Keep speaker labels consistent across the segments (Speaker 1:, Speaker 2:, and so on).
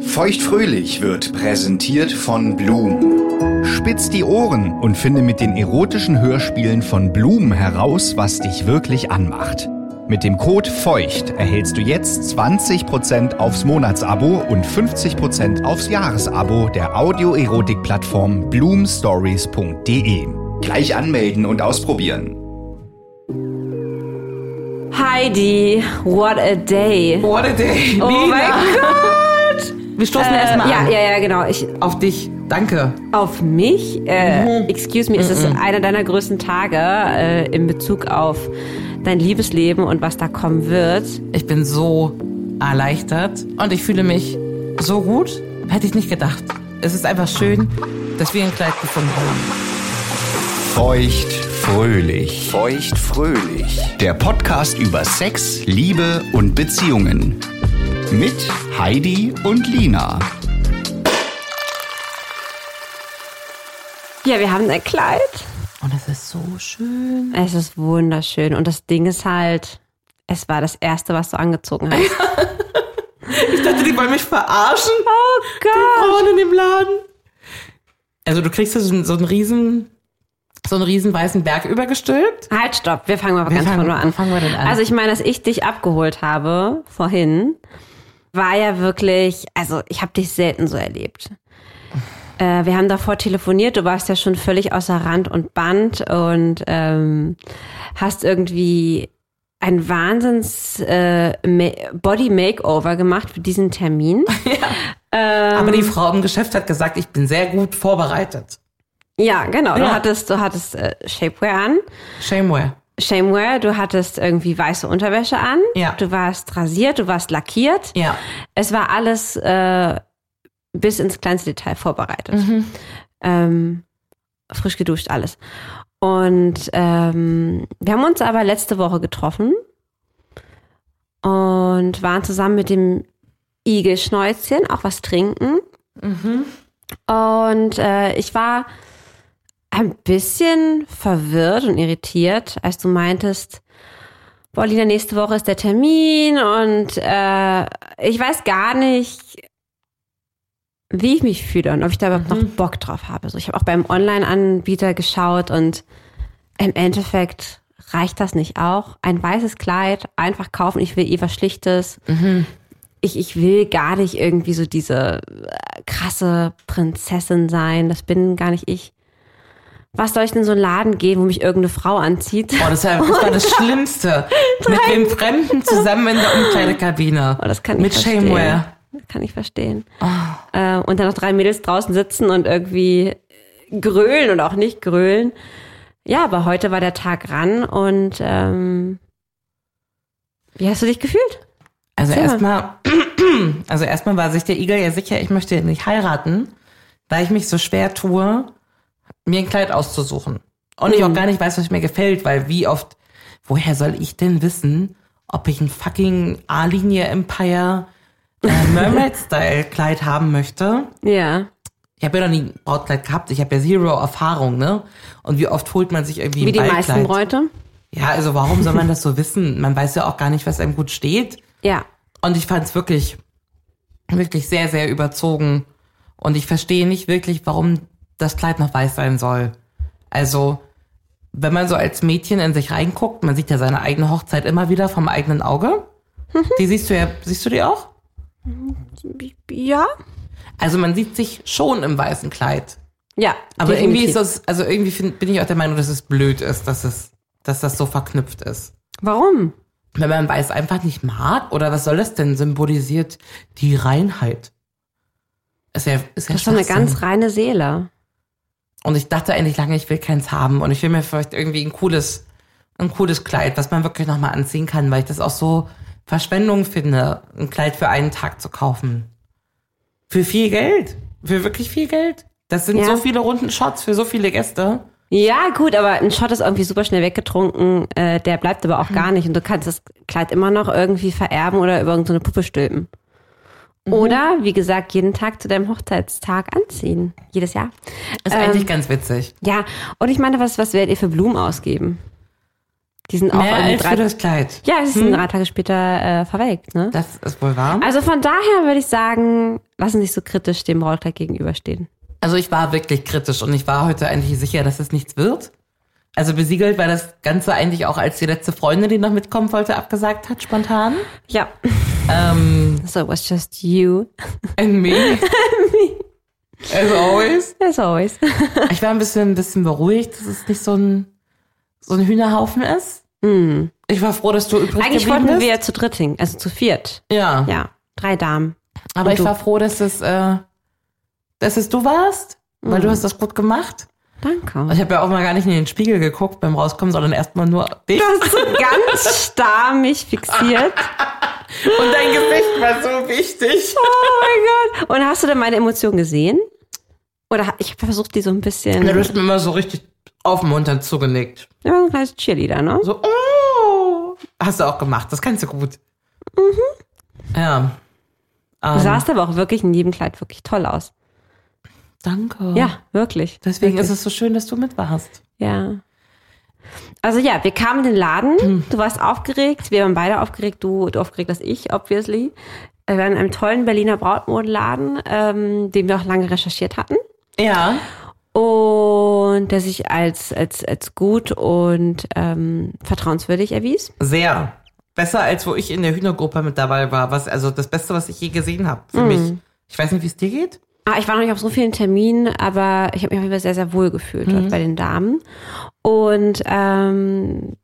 Speaker 1: Feuchtfröhlich wird präsentiert von Bloom. Spitz die Ohren und finde mit den erotischen Hörspielen von Bloom heraus, was dich wirklich anmacht. Mit dem Code FEUCHT erhältst du jetzt 20% aufs Monatsabo und 50% aufs Jahresabo der Audioerotik-Plattform bloomstories.de. E. Gleich anmelden und ausprobieren.
Speaker 2: Heidi, what a day.
Speaker 3: What a day.
Speaker 2: Oh mein
Speaker 3: Gott. Wir stoßen erstmal
Speaker 2: ja,
Speaker 3: an.
Speaker 2: ja, ja, genau. Ich,
Speaker 3: Auf dich. Danke.
Speaker 2: auf mich, äh,
Speaker 3: Mhm.
Speaker 2: excuse me, es ist einer deiner größten Tage äh, in Bezug auf dein Liebesleben und was da kommen wird.
Speaker 3: Ich bin so erleichtert und ich fühle mich so gut. Hätte ich nicht gedacht. Es ist einfach schön, dass wir ein Kleid gefunden haben.
Speaker 1: Feuchtfröhlich. Feuchtfröhlich. Der Podcast über Sex, Liebe und Beziehungen. Mit Heidi und Lina.
Speaker 2: Ja, wir haben ein Kleid.
Speaker 3: Und es ist so schön.
Speaker 2: Es ist wunderschön und das Ding ist halt, es war das erste, was du angezogen hast.
Speaker 3: Ich dachte, die wollen mich verarschen.
Speaker 2: Oh Gott.
Speaker 3: Frauen in dem Laden. Also du kriegst so einen, so einen riesen, so einen riesen weißen Berg übergestülpt.
Speaker 2: Halt, stopp, wir fangen mal ganz
Speaker 3: fangen-
Speaker 2: von vorne an.
Speaker 3: wo fangen wir denn an?
Speaker 2: Also ich meine, dass ich dich abgeholt habe vorhin, war ja wirklich, also ich habe dich selten so erlebt. Äh, wir haben davor telefoniert, du warst ja schon völlig außer Rand und Band und ähm, hast irgendwie ein Wahnsinns äh, Ma- Body Makeover gemacht für diesen Termin.
Speaker 3: Aber die Frau im Geschäft hat gesagt, ich bin sehr gut vorbereitet.
Speaker 2: ja, genau. Du
Speaker 3: Ja.
Speaker 2: hattest, du hattest äh, Shapewear an.
Speaker 3: Shamewear.
Speaker 2: Shamewear, du hattest irgendwie weiße Unterwäsche an,
Speaker 3: Ja.
Speaker 2: du warst rasiert, du warst lackiert.
Speaker 3: Ja.
Speaker 2: Es war alles äh, bis ins kleinste Detail vorbereitet. Ähm, frisch geduscht, alles. Und ähm, wir haben uns aber letzte Woche getroffen und waren zusammen mit dem Igelschnäuzchen auch was trinken. Und äh, ich war ein bisschen verwirrt und irritiert, als du meintest, boah, Lina, nächste Woche ist der Termin und äh, ich weiß gar nicht, wie ich mich fühle und ob ich da überhaupt noch Bock drauf habe. So, ich habe auch beim Online-Anbieter geschaut und im Endeffekt reicht das nicht auch. Ein weißes Kleid, einfach kaufen, ich will eh was Schlichtes. Ich, ich will gar nicht irgendwie so diese äh, krasse Prinzessin sein. Das bin gar nicht ich. Was soll ich denn in so einen Laden gehen, wo mich irgendeine Frau anzieht?
Speaker 3: Oh, das war, das, war das Schlimmste. Mit dem Fremden zusammen in der Umkleidekabine.
Speaker 2: Oh, das kann ich
Speaker 3: Mit Ah.
Speaker 2: verstehen.
Speaker 3: Shamewear.
Speaker 2: Das kann ich verstehen. Äh, und dann noch drei Mädels draußen sitzen und irgendwie grölen und auch nicht grölen. Ja, aber heute war der Tag ran und ähm, wie hast du dich gefühlt?
Speaker 3: Also
Speaker 2: Erzähl mal.
Speaker 3: erstmal, also erstmal war sich der Igel ja sicher, ich möchte ihn nicht heiraten, weil ich mich so schwer tue, mir ein Kleid auszusuchen. Und ich auch
Speaker 2: Mhm.
Speaker 3: gar nicht weiß, was mir gefällt, weil wie oft, woher soll ich denn wissen, ob ich ein fucking A-Linie Empire ein äh, Mermaid-Style-Kleid haben möchte,
Speaker 2: Ja.
Speaker 3: ich habe ja noch nie ein Brautkleid gehabt, ich habe ja zero Erfahrung, ne? Und wie oft holt man sich irgendwie
Speaker 2: Wie
Speaker 3: ein
Speaker 2: die
Speaker 3: Ballkleid?
Speaker 2: meisten Bräute.
Speaker 3: Ja, also warum soll man das so wissen? Man weiß ja auch gar nicht, was einem gut steht.
Speaker 2: Ja.
Speaker 3: Und ich fand's wirklich, wirklich sehr, sehr überzogen. Und ich verstehe nicht wirklich, warum das Kleid noch weiß sein soll. Also, wenn man so als Mädchen in sich reinguckt, man sieht ja seine eigene Hochzeit immer wieder vom eigenen Auge. Die siehst du ja, siehst du die auch?
Speaker 2: Ja?
Speaker 3: Also man sieht sich schon im weißen Kleid.
Speaker 2: Ja.
Speaker 3: Aber irgendwie
Speaker 2: definitiv.
Speaker 3: ist das, also irgendwie find, bin ich auch der Meinung, dass es blöd ist, dass es, dass das so verknüpft ist.
Speaker 2: Warum?
Speaker 3: Wenn man weiß einfach nicht mag, oder was soll das denn symbolisiert? Die Reinheit. Ist ja, ist
Speaker 2: Das
Speaker 3: ja
Speaker 2: ist doch eine
Speaker 3: Schwachsinn.
Speaker 2: ganz reine Seele.
Speaker 3: Und ich dachte eigentlich lange, ich will keins haben. Und ich will mir vielleicht irgendwie ein cooles, ein cooles Kleid, was man wirklich nochmal anziehen kann, weil ich das auch so Verschwendung finde, ein Kleid für einen Tag zu kaufen. Für viel Geld. Für wirklich viel Geld. Das sind
Speaker 2: Ja.
Speaker 3: so viele runden Shots für so viele Gäste.
Speaker 2: Ja, gut, aber ein Shot ist irgendwie super schnell weggetrunken. Äh, der bleibt aber
Speaker 3: Mhm.
Speaker 2: auch gar nicht. Und du kannst das Kleid immer noch irgendwie vererben oder über irgendeine Puppe stülpen.
Speaker 3: Mhm.
Speaker 2: Oder, wie gesagt, jeden Tag zu deinem Hochzeitstag anziehen. Jedes Jahr.
Speaker 3: Ist
Speaker 2: Ähm,
Speaker 3: eigentlich ganz witzig.
Speaker 2: Ja, und ich meine, was, was werdet ihr für Blumen ausgeben? Die sind auch
Speaker 3: Mehr
Speaker 2: irgendwie
Speaker 3: als Hm? für das Kleid.
Speaker 2: Ja, es sind drei Tage später äh, verwelkt, ne?
Speaker 3: Das ist wohl wahr.
Speaker 2: Also von daher würde ich sagen, lassen Sie sich so kritisch dem Brautkleid gegenüberstehen.
Speaker 3: Also ich war wirklich kritisch und ich war heute eigentlich sicher, dass es nichts wird. Also besiegelt war das Ganze eigentlich auch, als die letzte Freundin, die noch mitkommen wollte, abgesagt hat, spontan.
Speaker 2: Ja.
Speaker 3: Ähm,
Speaker 2: So it was just you,
Speaker 3: and me. As always.
Speaker 2: as always.
Speaker 3: Ich war ein bisschen, ein bisschen beruhigt, dass es nicht so ein, so ein Hühnerhaufen ist. Ich war froh, dass du übrig
Speaker 2: Eigentlich
Speaker 3: geblieben
Speaker 2: wollten
Speaker 3: bist.
Speaker 2: wir zu dritt hin, also zu viert.
Speaker 3: Ja.
Speaker 2: Ja, drei Damen.
Speaker 3: Aber
Speaker 2: Und
Speaker 3: ich
Speaker 2: du?
Speaker 3: war froh, dass es, äh, dass es du warst, weil du hast das gut gemacht.
Speaker 2: Danke.
Speaker 3: Ich habe ja auch mal gar nicht in den Spiegel geguckt beim Rauskommen, sondern erstmal nur dich.
Speaker 2: Du hast so ganz starr mich fixiert.
Speaker 3: Und dein Gesicht war so wichtig.
Speaker 2: Oh mein Gott. Und hast du denn meine Emotionen gesehen? Oder ha- ich habe versucht, die so ein bisschen...
Speaker 3: Du hast mir immer so richtig aufmunternd zugenickt.
Speaker 2: Ja, so ein kleines Cheerleader, ne?
Speaker 3: So, oh. Hast du auch gemacht, das kannst du gut. Mhm. Ja.
Speaker 2: Du
Speaker 3: Ähm,
Speaker 2: sahst aber auch wirklich in jedem Kleid wirklich toll aus.
Speaker 3: danke.
Speaker 2: Ja, wirklich.
Speaker 3: Deswegen
Speaker 2: wirklich.
Speaker 3: ist es so schön, dass du mit warst.
Speaker 2: Ja. Also ja, wir kamen in den Laden, du warst aufgeregt, wir waren beide aufgeregt, du, du aufgeregt als ich, obviously. Wir waren in einem tollen Berliner Brautmodenladen, ähm, den wir auch lange recherchiert hatten.
Speaker 3: Ja.
Speaker 2: Und der sich als, als, als gut und ähm, vertrauenswürdig erwies.
Speaker 3: Sehr. Besser als wo ich in der Hühnergruppe mit dabei war. Was, also das Beste, was ich je gesehen habe
Speaker 2: Mhm.
Speaker 3: für mich. Ich weiß nicht, wie es dir geht.
Speaker 2: Ah, ich war noch nicht auf so vielen Terminen, aber ich habe mich auf jeden Fall sehr, sehr wohl gefühlt
Speaker 3: Mhm.
Speaker 2: dort bei den Damen. Und ähm,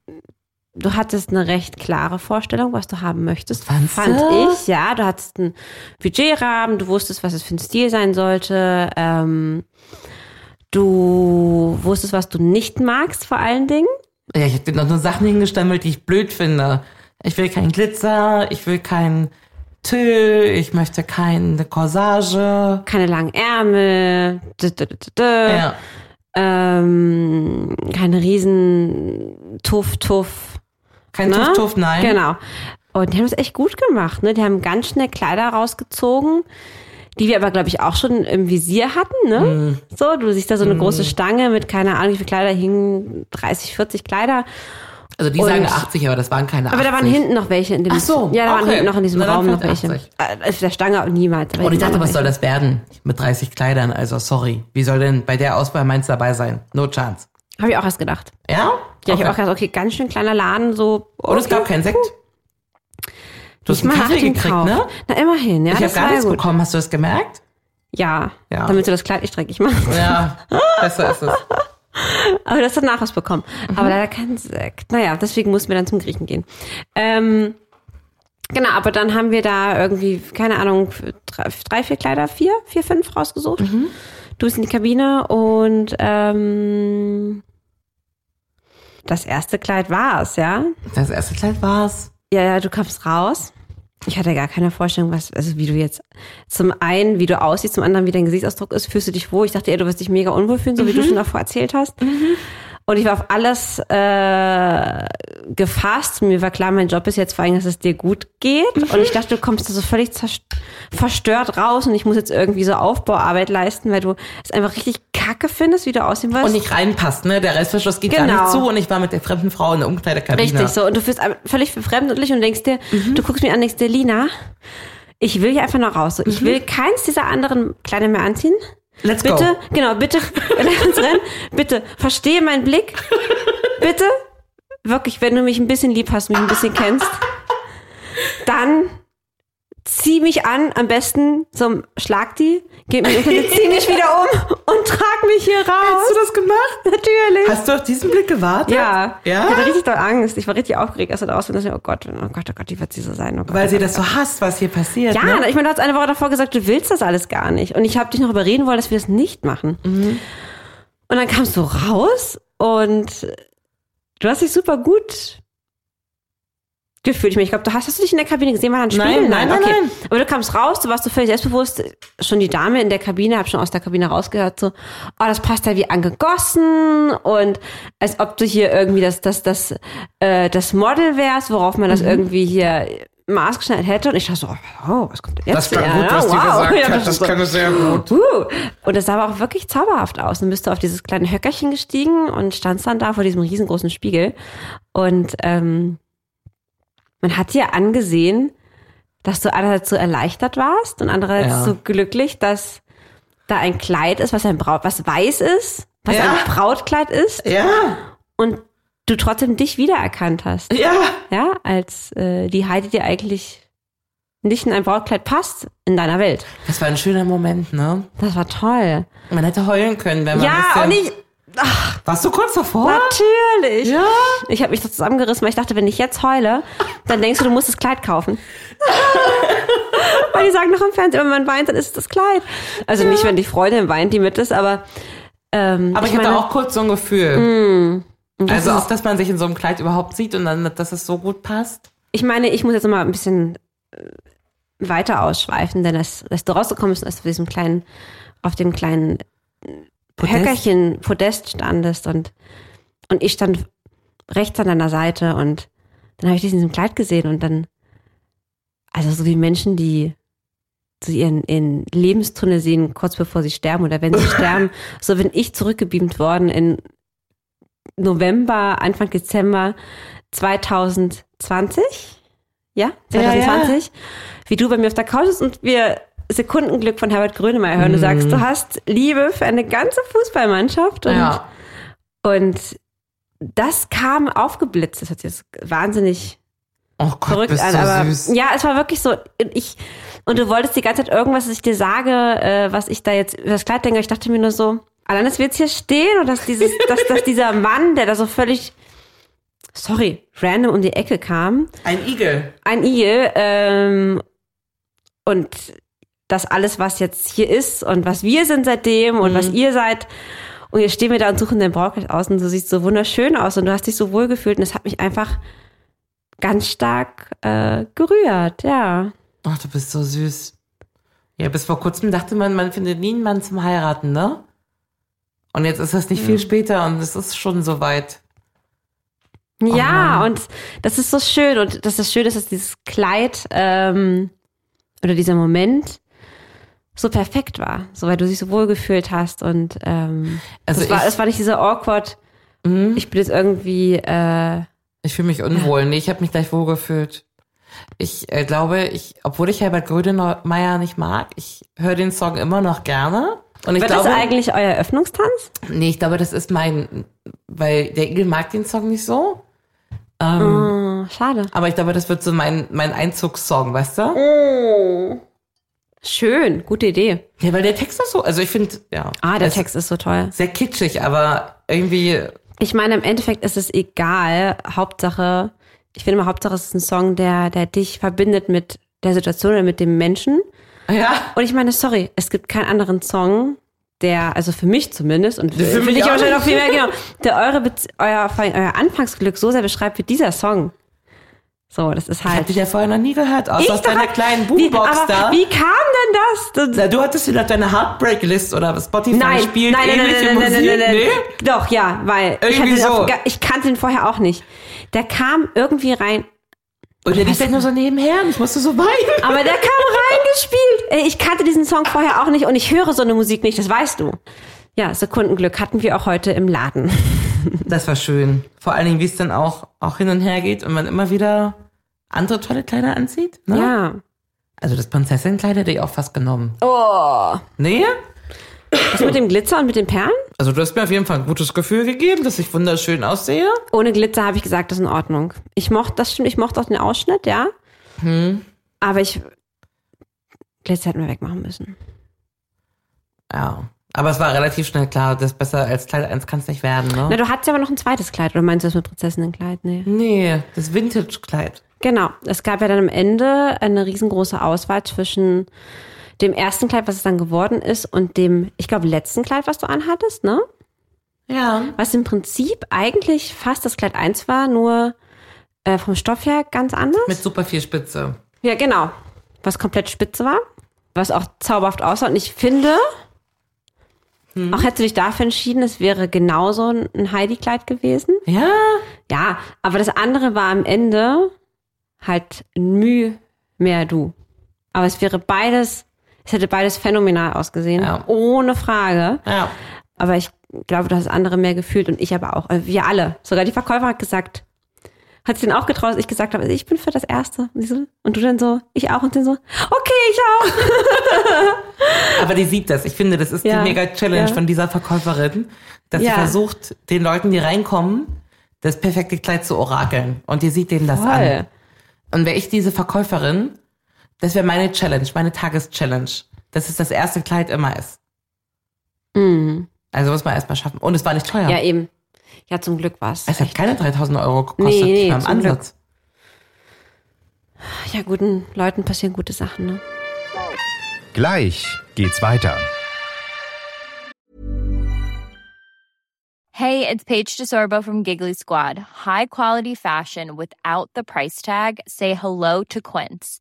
Speaker 2: du hattest eine recht klare Vorstellung, was du haben möchtest.
Speaker 3: Fandst
Speaker 2: fand
Speaker 3: du?
Speaker 2: ich, ja. Du hattest einen Budgetrahmen, du wusstest, was es für ein Stil sein sollte. Ähm, du wusstest, was du nicht magst, vor allen Dingen.
Speaker 3: Ja, ich habe dir noch nur Sachen hingestammelt, die ich blöd finde. Ich will keinen Glitzer, ich will keinen Tüll, ich möchte keine Corsage.
Speaker 2: Keine langen Ärmel. D -d -d -d -d.
Speaker 3: Ja.
Speaker 2: Ähm, keine riesen Tuff-Tuff.
Speaker 3: Kein
Speaker 2: Ne?
Speaker 3: Tuff-Tuff, nein.
Speaker 2: Genau. Und die haben es echt gut gemacht. Ne? Die haben ganz schnell Kleider rausgezogen, die wir aber, glaube ich, auch schon im Visier hatten. Ne?
Speaker 3: Mhm.
Speaker 2: So, du siehst da so eine große Stange mit, keine Ahnung, wie viele Kleider hingen, 30, 40 Kleider.
Speaker 3: Also die
Speaker 2: Und-
Speaker 3: sagen 80, aber das waren keine 80.
Speaker 2: Aber da waren hinten noch welche in dem
Speaker 3: Ach so,
Speaker 2: Ja, da waren
Speaker 3: okay.
Speaker 2: hinten noch in diesem
Speaker 3: Na, dann
Speaker 2: Raum noch
Speaker 3: vielleicht
Speaker 2: welche.
Speaker 3: 80.
Speaker 2: Äh, Auf der Stange niemals. aber
Speaker 3: Und ich
Speaker 2: hinten
Speaker 3: dachte,
Speaker 2: noch
Speaker 3: was soll
Speaker 2: welche.
Speaker 3: das werden? Mit 30 Kleidern, also sorry. Wie soll denn bei der Auswahl meins dabei sein? No chance.
Speaker 2: Habe ich auch erst gedacht.
Speaker 3: Ja?
Speaker 2: Ja, ich
Speaker 3: Okay.
Speaker 2: habe auch gedacht, okay, ganz schön kleiner Laden, so.
Speaker 3: Und es gab keinen Sekt. Du hast einen
Speaker 2: Mal
Speaker 3: Kaffee
Speaker 2: acht im
Speaker 3: gekriegt,
Speaker 2: Kauf.
Speaker 3: ne?
Speaker 2: Na, immerhin, ja.
Speaker 3: ich habe
Speaker 2: das
Speaker 3: gar
Speaker 2: war
Speaker 3: nichts
Speaker 2: ja gut.
Speaker 3: bekommen, hast du das gemerkt?
Speaker 2: Ja,
Speaker 3: Ja.
Speaker 2: damit du das Kleid nicht dreckig machst.
Speaker 3: Ja, besser ist es.
Speaker 2: Aber das hat nachher was bekommen. Aber leider kein Sekt. Naja, deswegen mussten wir dann zum Griechen gehen. Ähm, genau, aber dann haben wir da irgendwie, keine Ahnung, drei, drei vier Kleider, vier, vier, fünf rausgesucht. Du bist in die Kabine und ähm, das erste Kleid war es, ja?
Speaker 3: Das erste Kleid war's.
Speaker 2: Ja, ja, du kamst raus. Ich hatte gar keine Vorstellung, was, also wie du jetzt, zum einen, wie du aussiehst, zum anderen, wie dein Gesichtsausdruck ist, fühlst du dich wohl. Ich dachte eher, du wirst dich mega unwohl fühlen, so wie du schon davor erzählt hast. Und ich war auf alles äh, gefasst. Mir war klar, mein Job ist jetzt vor allem, dass es dir gut geht. Und ich dachte, du kommst da so völlig zerst- verstört raus und ich muss jetzt irgendwie so Aufbauarbeit leisten, weil du es einfach richtig kacke findest, wie du aussehen wirst.
Speaker 3: Und nicht reinpasst, ne? Der Restverschluss geht gar
Speaker 2: Genau.
Speaker 3: nicht zu und ich war mit der fremden Frau in der Umkleidekabine.
Speaker 2: Richtig, so. Und du fühlst am- völlig verfremdlich und denkst dir,
Speaker 3: Mhm.
Speaker 2: du guckst mir an, denkst dir, Lina, ich will hier einfach noch raus. So, Ich will keins dieser anderen Kleine mehr anziehen.
Speaker 3: Mhm. Let's go.
Speaker 2: Bitte, genau, bitte, lass uns rennen. Bitte, verstehe meinen Blick. Bitte, wirklich, wenn du mich ein bisschen lieb hast, mich ein bisschen kennst, dann zieh mich an, am besten so schlag die, gib mir zieh mich wieder um und trag mich hier raus.
Speaker 3: Hast du das gemacht?
Speaker 2: Natürlich.
Speaker 3: Hast du auf diesen Blick gewartet?
Speaker 2: Ja.
Speaker 3: Ja?
Speaker 2: Ich hatte richtig doll Angst. Ich war richtig aufgeregt, als er da aussieht. Oh Gott, oh Gott, oh Gott, wie wird sie so sein? Oh Gott,
Speaker 3: Weil
Speaker 2: oh
Speaker 3: sie
Speaker 2: Gott,
Speaker 3: das
Speaker 2: oh
Speaker 3: so hasst, was hier passiert.
Speaker 2: Gott. Ja,
Speaker 3: ne?
Speaker 2: ich meine, du hast eine Woche davor gesagt, du willst das alles gar nicht. Und ich habe dich noch überreden wollen, dass wir das nicht machen.
Speaker 3: Mhm.
Speaker 2: Und dann kamst du raus und du hast dich super gut gefühlt. Ich meine, ich glaube, du hast, hast du dich in der Kabine gesehen, war da ein Spiegel?
Speaker 3: Nein, nein, nein, nein.
Speaker 2: Aber du kamst raus, du warst so völlig selbstbewusst. Schon die Dame in der Kabine, hab schon aus der Kabine rausgehört, so, oh, das passt ja wie angegossen und als ob du hier irgendwie das, das, das, äh, das Model wärst, worauf man das
Speaker 3: Mhm.
Speaker 2: irgendwie hier maßgeschneidert hätte. Und ich dachte so, oh, was kommt denn jetzt? Ja, ja, Ja, das ist so-
Speaker 1: es sehr gut.
Speaker 2: Uh, und das sah aber auch wirklich zauberhaft aus. Dann bist du auf dieses kleine Höckerchen gestiegen und standst dann da vor diesem riesengroßen Spiegel. Und ähm, man hat dir angesehen, dass du einerseits so erleichtert warst und andererseits
Speaker 3: Ja.
Speaker 2: so glücklich, dass da ein Kleid ist, was ein Braut, was weiß ist, was
Speaker 3: Ja.
Speaker 2: ein Brautkleid ist
Speaker 3: Ja,
Speaker 2: und du trotzdem dich wiedererkannt hast.
Speaker 3: ja.
Speaker 2: Ja, als äh, die Heidi dir eigentlich nicht in ein Brautkleid passt in deiner Welt.
Speaker 3: Das war ein schöner Moment, ne?
Speaker 2: Das war toll.
Speaker 3: Man hätte heulen können, wenn man
Speaker 2: Ja,
Speaker 3: ein
Speaker 2: und
Speaker 3: bisschen...
Speaker 2: ich, ach,
Speaker 3: Warst du kurz davor?
Speaker 2: natürlich.
Speaker 3: Ja.
Speaker 2: Ich habe mich so zusammengerissen, weil ich dachte, wenn ich jetzt heule, dann denkst du, du musst das Kleid kaufen. weil die sagen noch im Fernsehen, wenn man weint, dann ist es das Kleid. Also nicht, wenn die Freundin weint, die mit ist, aber ähm,
Speaker 3: Aber ich, hatte
Speaker 2: meine, Mm.
Speaker 3: auch kurz so ein Gefühl.
Speaker 2: das
Speaker 3: Also
Speaker 2: ist-
Speaker 3: auch, dass man sich in so einem Kleid überhaupt sieht und dann, dass es so gut passt.
Speaker 2: ich meine, ich muss jetzt noch mal ein bisschen äh, weiter ausschweifen, denn als, als du rausgekommen bist, als du auf diesem kleinen, auf dem kleinen
Speaker 3: Podest?
Speaker 2: Höckerchen Podest standest und, und ich stand rechts an deiner Seite und dann habe ich dich in diesem Kleid gesehen und dann, also so wie Menschen, die so ihren, ihren Lebenstunnel sehen, kurz bevor sie sterben oder wenn sie sterben, so bin ich zurückgebeamt worden in November, Anfang Dezember 2020. Ja,
Speaker 3: Ja, ja.
Speaker 2: 2020. Wie du bei mir auf der Couch sitzt und wir Sekundenglück von Herbert Grönemeyer hören. Du sagst,
Speaker 3: Mhm.
Speaker 2: du hast Liebe für eine ganze Fußballmannschaft. Und,
Speaker 3: Ja.
Speaker 2: und das kam aufgeblitzt. Das hat jetzt wahnsinnig
Speaker 3: Oh Gott,
Speaker 2: verrückt
Speaker 3: bist
Speaker 2: an.
Speaker 3: du
Speaker 2: aber
Speaker 3: süß.
Speaker 2: ja, es war wirklich so. Ich, und du wolltest die ganze Zeit irgendwas, was ich dir sage, äh, was ich da jetzt über das Kleid denke. Ich dachte mir nur so, allein dass wir jetzt hier stehen und dass, dieses, dass, dass dieser Mann, der da so völlig, sorry, random um die Ecke kam,
Speaker 3: Ein Igel.
Speaker 2: ein Igel ähm, und das alles, was jetzt hier ist und was wir sind seitdem und was ihr seid. Und jetzt stehen wir da und suchen den Brautkleid aus und du siehst so wunderschön aus und du hast dich so wohl gefühlt und es hat mich einfach ganz stark äh, gerührt, ja.
Speaker 3: Ach, du bist so süß. Ja, bis vor kurzem dachte man, man findet nie einen Mann zum Heiraten, ne? Und jetzt ist das nicht
Speaker 2: Mhm.
Speaker 3: viel später und es ist schon soweit.
Speaker 2: Ja,
Speaker 3: Mann.
Speaker 2: und das ist so schön und dass das schön ist, dass dieses Kleid ähm, oder dieser Moment so perfekt war, so weil du dich so wohl gefühlt hast und ähm,
Speaker 3: Also
Speaker 2: das war,
Speaker 3: ich-
Speaker 2: es war nicht dieser awkward,
Speaker 3: Mhm.
Speaker 2: ich bin jetzt irgendwie, äh,
Speaker 3: Ich fühle mich unwohl. Nee, ich habe mich gleich wohl gefühlt. Ich äh, glaube, ich, obwohl ich Herbert Grönemeyer nicht mag, ich höre den Song immer noch gerne. Und ich
Speaker 2: war das
Speaker 3: glaube,
Speaker 2: eigentlich euer Eröffnungstanz?
Speaker 3: nee, ich glaube, das ist mein, weil der Igel mag den Song nicht so. Ähm,
Speaker 2: Oh, schade.
Speaker 3: Aber ich glaube, das wird so mein, mein Einzugssong, weißt du?
Speaker 2: Mhm. Oh. Schön, gute Idee.
Speaker 3: Ja, weil der Text ist so, also ich finde, ja.
Speaker 2: Ah, der
Speaker 3: es
Speaker 2: Text ist so toll.
Speaker 3: Ist sehr kitschig, aber irgendwie,
Speaker 2: Ich meine, im Endeffekt ist es egal. Hauptsache, ich finde immer, Hauptsache es ist ein Song, der, der dich verbindet mit der Situation oder mit dem Menschen.
Speaker 3: ja.
Speaker 2: Und ich meine, sorry, es gibt keinen anderen Song, der, also für mich zumindest, und
Speaker 3: Für mich
Speaker 2: dich
Speaker 3: auch
Speaker 2: wahrscheinlich noch
Speaker 3: nicht.
Speaker 2: viel mehr, genau, der eure Bez euer, vor allem euer Anfangsglück so sehr beschreibt wie dieser Song. So, das ist
Speaker 3: Ich hab
Speaker 2: halt.
Speaker 3: dich ja vorher noch nie gehört, außer aus
Speaker 2: doch
Speaker 3: deiner
Speaker 2: hab-
Speaker 3: kleinen
Speaker 2: wie,
Speaker 3: Boombox
Speaker 2: aber
Speaker 3: da.
Speaker 2: Wie kam denn das? das
Speaker 3: Na, du hattest wieder deine Heartbreak-List oder Spotify
Speaker 2: nein,
Speaker 3: spielt
Speaker 2: nein, nein, nein,
Speaker 3: ähnliche
Speaker 2: nein, nein,
Speaker 3: Musik.
Speaker 2: nein, nein,
Speaker 3: Nee?
Speaker 2: nein. Doch, ja, weil ich,
Speaker 3: Irgendwie
Speaker 2: hatte den
Speaker 3: so.
Speaker 2: auf, ich kannte den vorher auch nicht. Der kam irgendwie rein,
Speaker 3: Und der lief dann nur so nebenher und ich musste so weinen.
Speaker 2: aber der kam reingespielt. Ey, Ich kannte diesen Song vorher auch nicht und ich höre so eine Musik nicht, das weißt du. Ja, Sekundenglück hatten wir auch heute im Laden.
Speaker 3: Das war schön. Vor allen Dingen, wie es dann auch, auch hin und her geht und man immer wieder andere tolle Kleider anzieht. Ne?
Speaker 2: Ja.
Speaker 3: Also das Prinzessinnenkleid hätte ich auch fast genommen.
Speaker 2: Oh.
Speaker 3: Nee?
Speaker 2: Was mit dem Glitzer und mit den Perlen?
Speaker 3: Also du hast mir auf jeden Fall ein gutes Gefühl gegeben, dass ich wunderschön aussehe.
Speaker 2: Ohne Glitzer habe ich gesagt, das ist in Ordnung. Ich mochte, das stimmt, ich mochte auch den Ausschnitt, ja.
Speaker 3: Hm.
Speaker 2: Aber ich. Glitzer hätten wir wegmachen müssen.
Speaker 3: Ja. Aber es war relativ schnell klar, das besser als Kleid 1 kann es nicht werden,
Speaker 2: Na,
Speaker 3: ne?
Speaker 2: du hattest ja aber noch ein zweites Kleid, oder meinst du das mit Prinzessinnenkleid? Nee.
Speaker 3: Nee, das Vintage-Kleid.
Speaker 2: Genau. Es gab ja dann am Ende eine riesengroße Auswahl zwischen dem ersten Kleid, was es dann geworden ist, und dem, ich glaube, letzten Kleid, was du anhattest, ne?
Speaker 3: Ja.
Speaker 2: Was im Prinzip eigentlich fast das Kleid 1 war, nur äh, vom Stoff her ganz anders.
Speaker 3: Mit super viel Spitze.
Speaker 2: Ja, genau. Was komplett spitze war, was auch zauberhaft aussah. Und ich finde, auch hättest du dich dafür entschieden, es wäre genauso ein Heidi-Kleid gewesen.
Speaker 3: Ja.
Speaker 2: Ja, aber das andere war am Ende halt ein Müh mehr du. Aber es wäre beides, es hätte beides phänomenal ausgesehen,
Speaker 3: Ja.
Speaker 2: ohne Frage.
Speaker 3: Ja.
Speaker 2: Aber ich glaube, du hast andere mehr gefühlt und ich aber auch. Also wir alle. Sogar die Verkäufer hat gesagt, hat sie den auch getraut, dass ich gesagt habe, also ich bin für das Erste. Und, sie so, und du dann so, ich auch und dann so, okay, ich auch.
Speaker 3: Aber die sieht das. Ich finde, das ist
Speaker 2: Ja.
Speaker 3: die mega Challenge
Speaker 2: Ja.
Speaker 3: von dieser Verkäuferin, dass
Speaker 2: Ja.
Speaker 3: sie versucht, den Leuten, die reinkommen, das perfekte Kleid zu orakeln. Und die sieht denen das an.
Speaker 2: Voll.
Speaker 3: Und wäre ich diese Verkäuferin, das wäre meine Challenge, meine Tageschallenge, dass es das erste Kleid immer ist.
Speaker 2: Mhm.
Speaker 3: Also muss man erstmal schaffen. Und es war nicht teuer.
Speaker 2: Ja, eben. Ja, zum Glück war es.
Speaker 3: es hat keine 3000 Euro
Speaker 2: Nee,
Speaker 3: gekostet.
Speaker 2: nee,
Speaker 3: nicht mal im
Speaker 2: zum Glück.
Speaker 3: Ansatz.
Speaker 2: Ja, guten Leuten passieren gute Sachen, ne?
Speaker 1: Gleich geht's weiter.
Speaker 4: Hey, it's Paige DeSorbo from Giggly Squad. High quality fashion without the price tag. Say hello to Quince.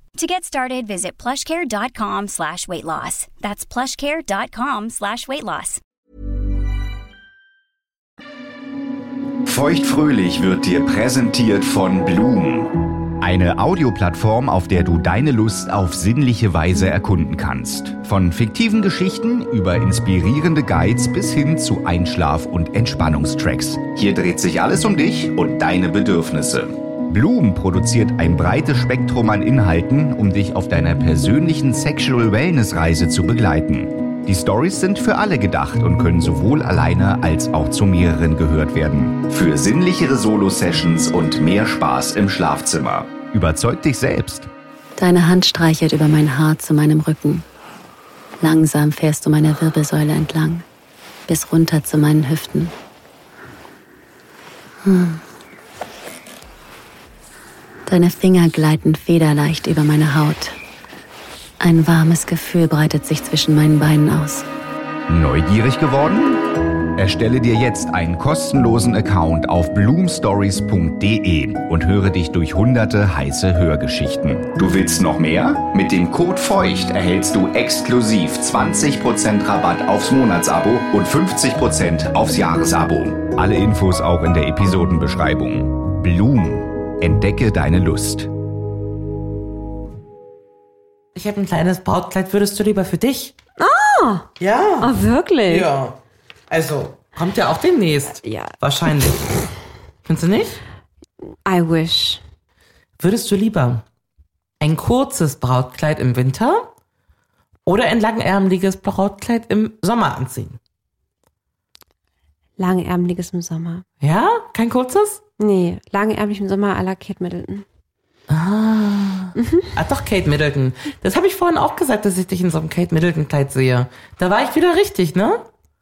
Speaker 5: To get started, visit plushcare.com slash weight loss. That's plushcare.com slash weight loss.
Speaker 1: Feuchtfröhlich wird dir präsentiert von Bloom. Eine Audioplattform, auf der du deine Lust auf sinnliche Weise erkunden kannst. Von fiktiven Geschichten über inspirierende Guides bis hin zu Einschlaf- und Entspannungstracks. Hier dreht sich alles um dich und deine Bedürfnisse. Bloom produziert ein breites Spektrum an Inhalten, um dich auf deiner persönlichen Sexual Wellness Reise zu begleiten. Die Stories sind für alle gedacht und können sowohl alleine als auch zu mehreren gehört werden. Für sinnlichere Solo-Sessions und mehr Spaß im Schlafzimmer. Überzeug dich selbst.
Speaker 6: Deine Hand streichelt über mein Haar zu meinem Rücken. Langsam fährst du meiner Wirbelsäule entlang, bis runter zu meinen Hüften. Hm. Deine Finger gleiten federleicht über meine Haut. Ein warmes Gefühl breitet sich zwischen meinen Beinen aus.
Speaker 1: Neugierig geworden? Erstelle dir jetzt einen kostenlosen Account auf bloomstories.de und höre dich durch hunderte heiße Hörgeschichten. Du willst noch mehr? Mit dem Code Feucht erhältst du exklusiv 20% Rabatt aufs Monatsabo und 50% aufs Jahresabo. Alle Infos auch in der Episodenbeschreibung. Bloom. Entdecke deine Lust.
Speaker 3: Ich habe ein kleines Brautkleid. Würdest du lieber für dich?
Speaker 2: Ah.
Speaker 3: Ja.
Speaker 2: Ah, wirklich?
Speaker 3: Ja. Also, kommt ja auch demnächst.
Speaker 2: Ja.
Speaker 3: Wahrscheinlich. Findest du nicht?
Speaker 2: I wish.
Speaker 3: Würdest du lieber ein kurzes Brautkleid im Winter oder ein langärmeliges Brautkleid im Sommer anziehen?
Speaker 2: Langärmeliges im Sommer.
Speaker 3: Ja? Kein kurzes?
Speaker 2: Nee, langärmelig im Sommer à la Kate Middleton.
Speaker 3: Ah. ah, doch, Kate Middleton. Das habe ich vorhin auch gesagt, dass ich dich in so einem Kate Middleton-Kleid sehe. Da war ich wieder richtig, ne?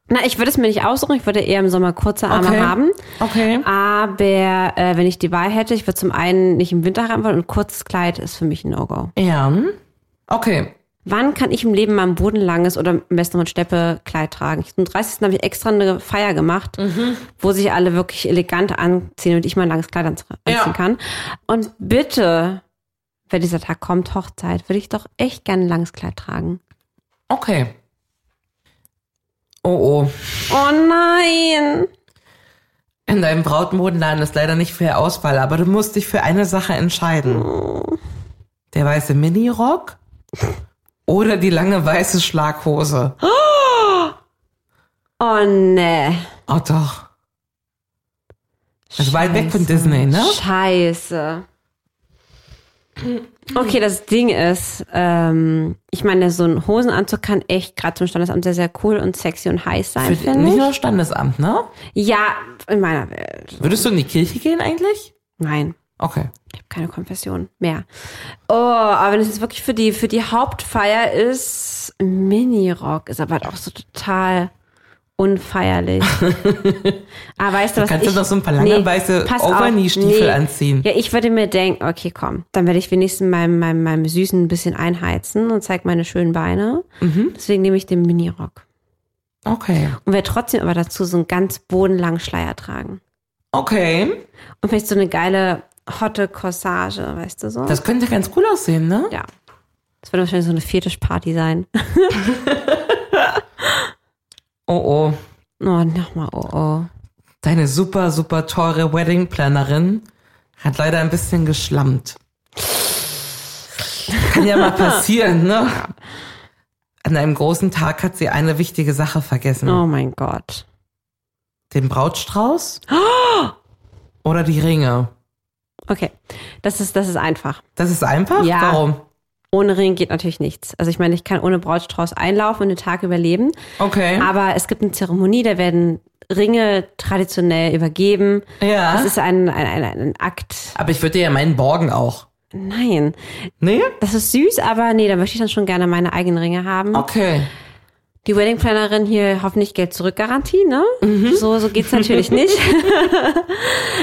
Speaker 2: Na, ich würde es mir nicht aussuchen. Ich würde eher im Sommer kurze Arme
Speaker 3: Okay.
Speaker 2: haben.
Speaker 3: Okay.
Speaker 2: Aber äh, wenn ich die Wahl hätte, ich würde zum einen nicht im Winter haben wollen und kurzes Kleid ist für mich ein No-Go.
Speaker 3: Ja. Okay.
Speaker 2: Wann kann ich im Leben mal ein bodenlanges oder am besten noch ein Steppekleid tragen? Ich, am 30. habe ich extra eine Feier gemacht, wo sich alle wirklich elegant anziehen und ich mein langes Kleid anz- anziehen
Speaker 3: Ja.
Speaker 2: kann. Und bitte, wenn dieser Tag kommt, Hochzeit, würde ich doch echt gerne ein langes Kleid tragen.
Speaker 3: Okay. Oh, oh.
Speaker 2: Oh nein!
Speaker 3: In deinem Brautmodenladen ist leider nicht viel Auswahl, aber du musst dich für eine Sache entscheiden. Der weiße Minirock oder die lange weiße Schlaghose.
Speaker 2: Oh ne.
Speaker 3: Oh doch. Das ist weit weg von Disney, ne?
Speaker 2: Scheiße. Okay, das Ding ist, ähm, ich meine, so ein Hosenanzug kann echt gerade zum Standesamt sehr, sehr cool und sexy und heiß sein,
Speaker 3: Für,
Speaker 2: finde
Speaker 3: nicht
Speaker 2: ich.
Speaker 3: nur Standesamt, ne?
Speaker 2: Ja, in meiner Welt.
Speaker 3: Würdest du in die Kirche gehen eigentlich?
Speaker 2: Nein,
Speaker 3: Okay.
Speaker 2: ich habe keine Konfession mehr. Oh, aber wenn es jetzt wirklich für die, für die Hauptfeier ist, Minirock ist aber halt auch so total unfeierlich. aber weißt du,
Speaker 3: Du
Speaker 2: was
Speaker 3: kannst
Speaker 2: ich...
Speaker 3: du doch so ein paar lange weiße
Speaker 2: pass auf.
Speaker 3: Overknee-Stiefel
Speaker 2: Nee.
Speaker 3: anziehen.
Speaker 2: Ja, ich würde mir denken, okay, komm, dann werde ich wenigstens meinem, meinem, meinem Süßen ein bisschen einheizen und zeige meine schönen Beine.
Speaker 3: Mhm.
Speaker 2: Deswegen nehme ich den Minirock.
Speaker 3: Okay.
Speaker 2: Und werde trotzdem aber dazu so einen ganz bodenlangen Schleier tragen.
Speaker 3: Okay.
Speaker 2: Und vielleicht so eine geile, hotte Corsage, weißt du so?
Speaker 3: Das könnte ganz cool aussehen, ne?
Speaker 2: ja. Das wird wahrscheinlich so eine Fetischparty sein.
Speaker 3: Oh oh.
Speaker 2: Oh, nochmal, oh, oh.
Speaker 3: Deine super, super teure Wedding-Plannerin hat leider ein bisschen geschlammt. Kann ja mal passieren, ne? An einem großen Tag hat sie eine wichtige Sache vergessen.
Speaker 2: Oh mein Gott.
Speaker 3: Den Brautstrauß oder die Ringe.
Speaker 2: Okay, das ist, das ist einfach.
Speaker 3: Das ist einfach?
Speaker 2: Ja.
Speaker 3: Warum?
Speaker 2: Ohne Ring geht natürlich nichts. Also ich meine, ich kann ohne Brautstrauß einlaufen und den Tag überleben.
Speaker 3: Okay.
Speaker 2: Aber es gibt eine Zeremonie, da werden Ringe traditionell übergeben.
Speaker 3: Ja.
Speaker 2: Das ist ein, ein, ein, ein Akt.
Speaker 3: Aber ich würde dir ja meinen borgen auch.
Speaker 2: Nein.
Speaker 3: Nee?
Speaker 2: Das ist süß, aber nee, da möchte ich dann schon gerne meine eigenen Ringe haben.
Speaker 3: Okay.
Speaker 2: Die Wedding-Plannerin hier hoffentlich Geld zurück Garantie, ne?
Speaker 3: Mhm.
Speaker 2: So, so geht's natürlich nicht.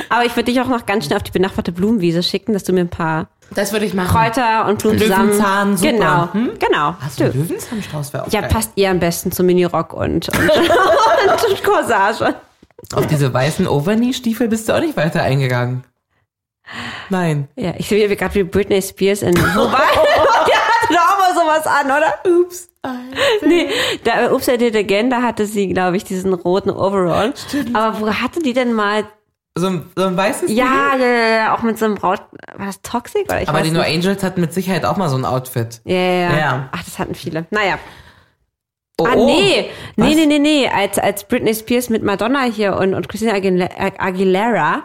Speaker 2: aber ich würde dich auch noch ganz schnell auf die benachbarte Blumenwiese schicken, dass du mir ein paar
Speaker 3: Das würde ich machen.
Speaker 2: Kräuter und Blumen
Speaker 3: Löwenzahn,
Speaker 2: zusammen.
Speaker 3: super.
Speaker 2: Genau.
Speaker 3: Hm?
Speaker 2: Genau.
Speaker 3: Hast du einen Löwenzahnstrauß? Wäre auch
Speaker 2: ja,
Speaker 3: geil.
Speaker 2: passt ihr am besten zum Minirock und, und, und Corsage.
Speaker 3: Auf diese weißen Overknee-Stiefel bist du auch nicht weiter eingegangen. Nein.
Speaker 2: Ja, ich sehe gerade wie Britney Spears in. Wobei, die hatte doch auch mal sowas an, oder? Ups. Nee, da, Ups, I did it again, da hatte sie, glaube ich, diesen roten Overall. Aber wo hatte die denn mal?
Speaker 3: So ein, so ein weißes
Speaker 2: Ja, ja, ja, ja, auch mit so einem Braut. War das Toxic? Oder ich
Speaker 3: Aber
Speaker 2: weiß
Speaker 3: die
Speaker 2: nicht.
Speaker 3: No Angels hatten mit Sicherheit auch mal so ein Outfit.
Speaker 2: ja, ja, ja,
Speaker 3: Ja.
Speaker 2: Ach, das hatten viele. Naja.
Speaker 3: Oh,
Speaker 2: ah,
Speaker 3: oh.
Speaker 2: nee. Nee,
Speaker 3: Was?
Speaker 2: nee, nee, nee. Als, als Britney Spears mit Madonna hier und, und Christina Aguile- Aguilera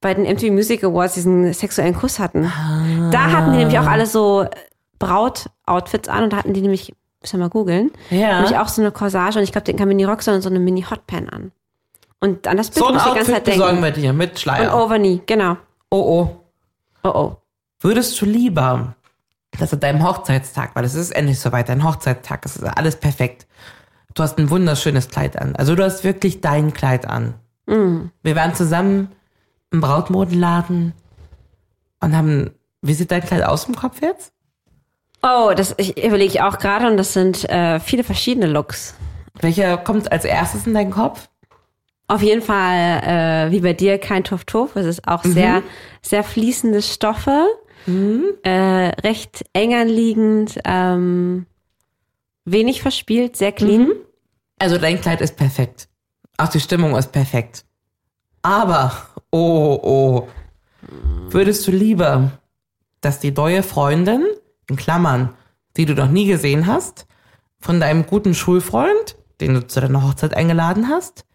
Speaker 2: bei den MTV Music Awards diesen sexuellen Kuss hatten.
Speaker 3: Ah.
Speaker 2: Da hatten die nämlich auch alle so Braut-Outfits an und da hatten die nämlich, müssen wir mal googeln,
Speaker 3: Ja.
Speaker 2: nämlich auch so eine Corsage und ich glaube, den kann Mini Rock, sondern so eine Mini Hotpan an. Und an das Bild
Speaker 3: So ein
Speaker 2: muss ich die ganze
Speaker 3: Outfit
Speaker 2: Zeit
Speaker 3: besorgen
Speaker 2: denken.
Speaker 3: wir dir mit
Speaker 2: Und
Speaker 3: Schleier.
Speaker 2: Overknee, genau.
Speaker 3: oh, oh.
Speaker 2: Oh oh.
Speaker 3: Würdest du lieber, dass an deinem Hochzeitstag, weil es ist endlich soweit, dein Hochzeitstag, es ist alles perfekt. Du hast ein wunderschönes Kleid an. Also du hast wirklich dein Kleid an.
Speaker 2: Mhm.
Speaker 3: Wir waren zusammen im Brautmodenladen und haben, wie sieht dein Kleid aus im Kopf jetzt?
Speaker 2: Oh, das ich, überlege ich auch gerade und das sind äh, viele verschiedene Looks.
Speaker 3: Welcher kommt als erstes in deinen Kopf?
Speaker 2: Auf jeden Fall, äh, wie bei dir, kein Tuff-Tuff. Es ist auch sehr,
Speaker 3: Mhm.
Speaker 2: sehr fließende Stoffe. Äh, recht eng anliegend, ähm, wenig verspielt, sehr clean.
Speaker 3: Also dein Kleid ist perfekt. Auch die Stimmung ist perfekt. Aber, oh, oh, würdest du lieber, dass die neue Freundin, in Klammern, die du noch nie gesehen hast, von deinem guten Schulfreund, den du zu deiner Hochzeit eingeladen hast,